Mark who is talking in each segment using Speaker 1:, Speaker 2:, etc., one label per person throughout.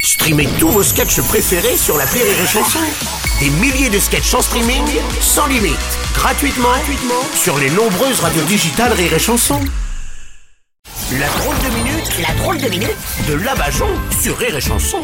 Speaker 1: Streamez tous vos sketchs préférés sur la Rire et Chanson. Des milliers de sketchs en streaming, sans limite, gratuitement, gratuitement sur les nombreuses radios digitales Rire et Chanson. La drôle de minute, la drôle de minute de Labajon sur Rire et Chanson.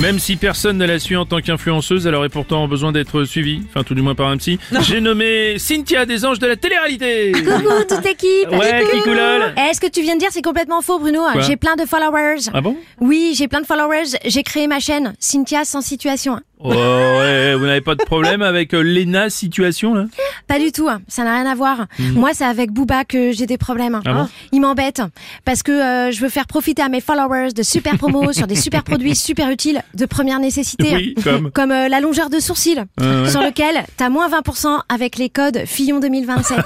Speaker 2: Même si personne ne la suit en tant qu'influenceuse, elle aurait pourtant besoin d'être suivie, enfin tout du moins par un psy. J'ai nommé Cynthia des anges de la télé-réalité.
Speaker 3: Coucou toute équipe
Speaker 2: Ouais,
Speaker 3: Coucou.
Speaker 2: Kikoulol.
Speaker 3: Eh, Ce que tu viens de dire, c'est complètement faux, Bruno.
Speaker 2: Quoi
Speaker 3: J'ai plein de followers.
Speaker 2: Ah bon
Speaker 3: Oui, j'ai plein de followers. J'ai créé ma chaîne, Cynthia sans situation.
Speaker 2: Oh, ouais, vous n'avez pas de problème avec euh, Lena situation là
Speaker 3: Pas du tout, hein. ça n'a rien à voir. Moi, c'est avec Booba que j'ai des problèmes.
Speaker 2: Hmm. Ah bon
Speaker 3: Il m'embête parce que euh, je veux faire profiter à mes followers de super promos sur des super produits super utiles de première nécessité.
Speaker 2: Oui, comme Ah
Speaker 3: euh, la longeur de sourcil,
Speaker 2: Ouais, ouais.
Speaker 3: sur lequel t'as moins 20% avec les codes Fillon 2027.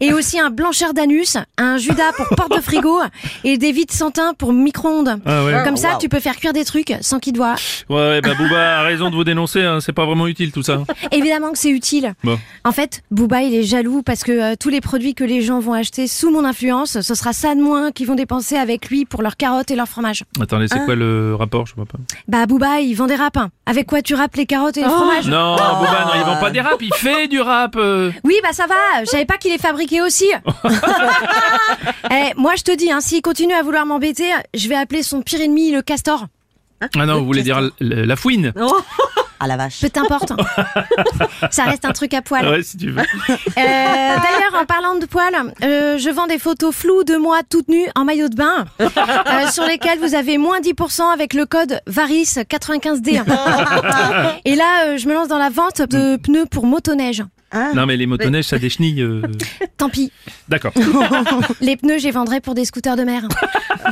Speaker 3: et aussi un blancheur d'anus, un Judas pour porte de frigo et des vides sans teint pour micro-ondes.
Speaker 2: Ah ouais.
Speaker 3: Comme ça, tu peux faire cuire des trucs sans qu'il doit.
Speaker 2: Ouais, ouais, bah Booba a raison de vous dénoncer, hein, c'est pas vraiment utile tout ça.
Speaker 3: Évidemment que c'est utile.
Speaker 2: Bon.
Speaker 3: En fait, Booba, il est jaloux parce que euh, tous les produits que les gens vont acheter sous mon influence, ce sera ça de moins qu'ils vont dépenser avec lui pour leurs carottes et leurs fromages.
Speaker 2: Attendez, c'est quoi le rapport Je vois pas.
Speaker 3: Bah, Booba, il vend des râpes. Avec quoi tu râpes les carottes et les fromages
Speaker 2: Non, Booba, non, il vend pas des raps, il fait du rap. euh.
Speaker 3: Oui, bah ça va, je savais pas qu'il les fabriquait aussi. Eh, moi, je te dis, hein, s'il continue à vouloir m'embêter, je vais appeler son pire ennemi, le castor.
Speaker 2: Ah non, vous voulez dire l- l- la fouine
Speaker 4: Ah la vache.
Speaker 3: Peu t'importe. ça reste un truc à poil.
Speaker 2: Ouais, si tu veux.
Speaker 3: Euh, D'ailleurs, en parlant de poils, euh, je vends des photos floues de moi toute nue en maillot de bain, euh, sur lesquelles vous avez moins 10% avec le code VARIS95D. Et là, euh, je me lance dans la vente de pneus pour motoneige.
Speaker 2: Non, mais les motoneiges, ça déchenille. euh.
Speaker 3: Tant pis,
Speaker 2: D'accord.
Speaker 3: les pneus, je les vendrai pour des scooters de mer.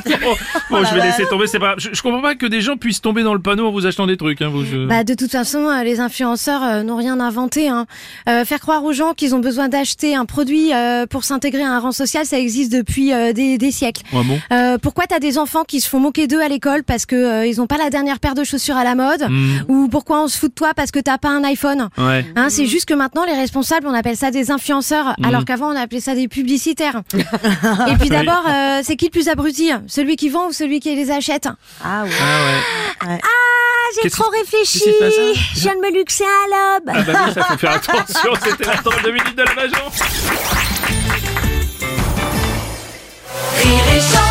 Speaker 2: Bon, bon, je vais laisser tomber, c'est pas. Je, je comprends pas que des gens puissent tomber dans le panneau en vous achetant des trucs. Hein, vous, je-
Speaker 3: Bah, de toute façon, euh, les influenceurs euh, n'ont rien inventé. Hein. Euh, faire croire aux gens qu'ils ont besoin d'acheter un produit euh, pour s'intégrer à un rang social, ça existe depuis euh, des, des siècles.
Speaker 2: Ouais, bon.
Speaker 3: Euh, pourquoi t'as des enfants qui se font moquer d'eux à l'école parce que euh, ils ont pas la dernière paire de chaussures à la mode
Speaker 2: Hmm.
Speaker 3: Ou pourquoi on se fout de toi parce que t'as pas un iPhone
Speaker 2: Ouais.
Speaker 3: Hein, c'est juste que maintenant les responsables on appelle ça des influenceurs alors qu'avant on appelait ça des publicitaires. Et puis d'abord euh, c'est qui le plus abruti Celui qui vend ou celui qui les achète
Speaker 4: Ah ouais.
Speaker 2: Ah ouais.
Speaker 3: Ah, j'ai
Speaker 2: Qu'est-ce
Speaker 3: trop
Speaker 2: qu'est-ce
Speaker 3: réfléchi,
Speaker 2: qui se passe, hein
Speaker 3: je viens de me luxer un lobe.
Speaker 2: Ah bah oui, ça faut faire attention, c'était la drôle de minute de la Major.
Speaker 5: Rire et chanson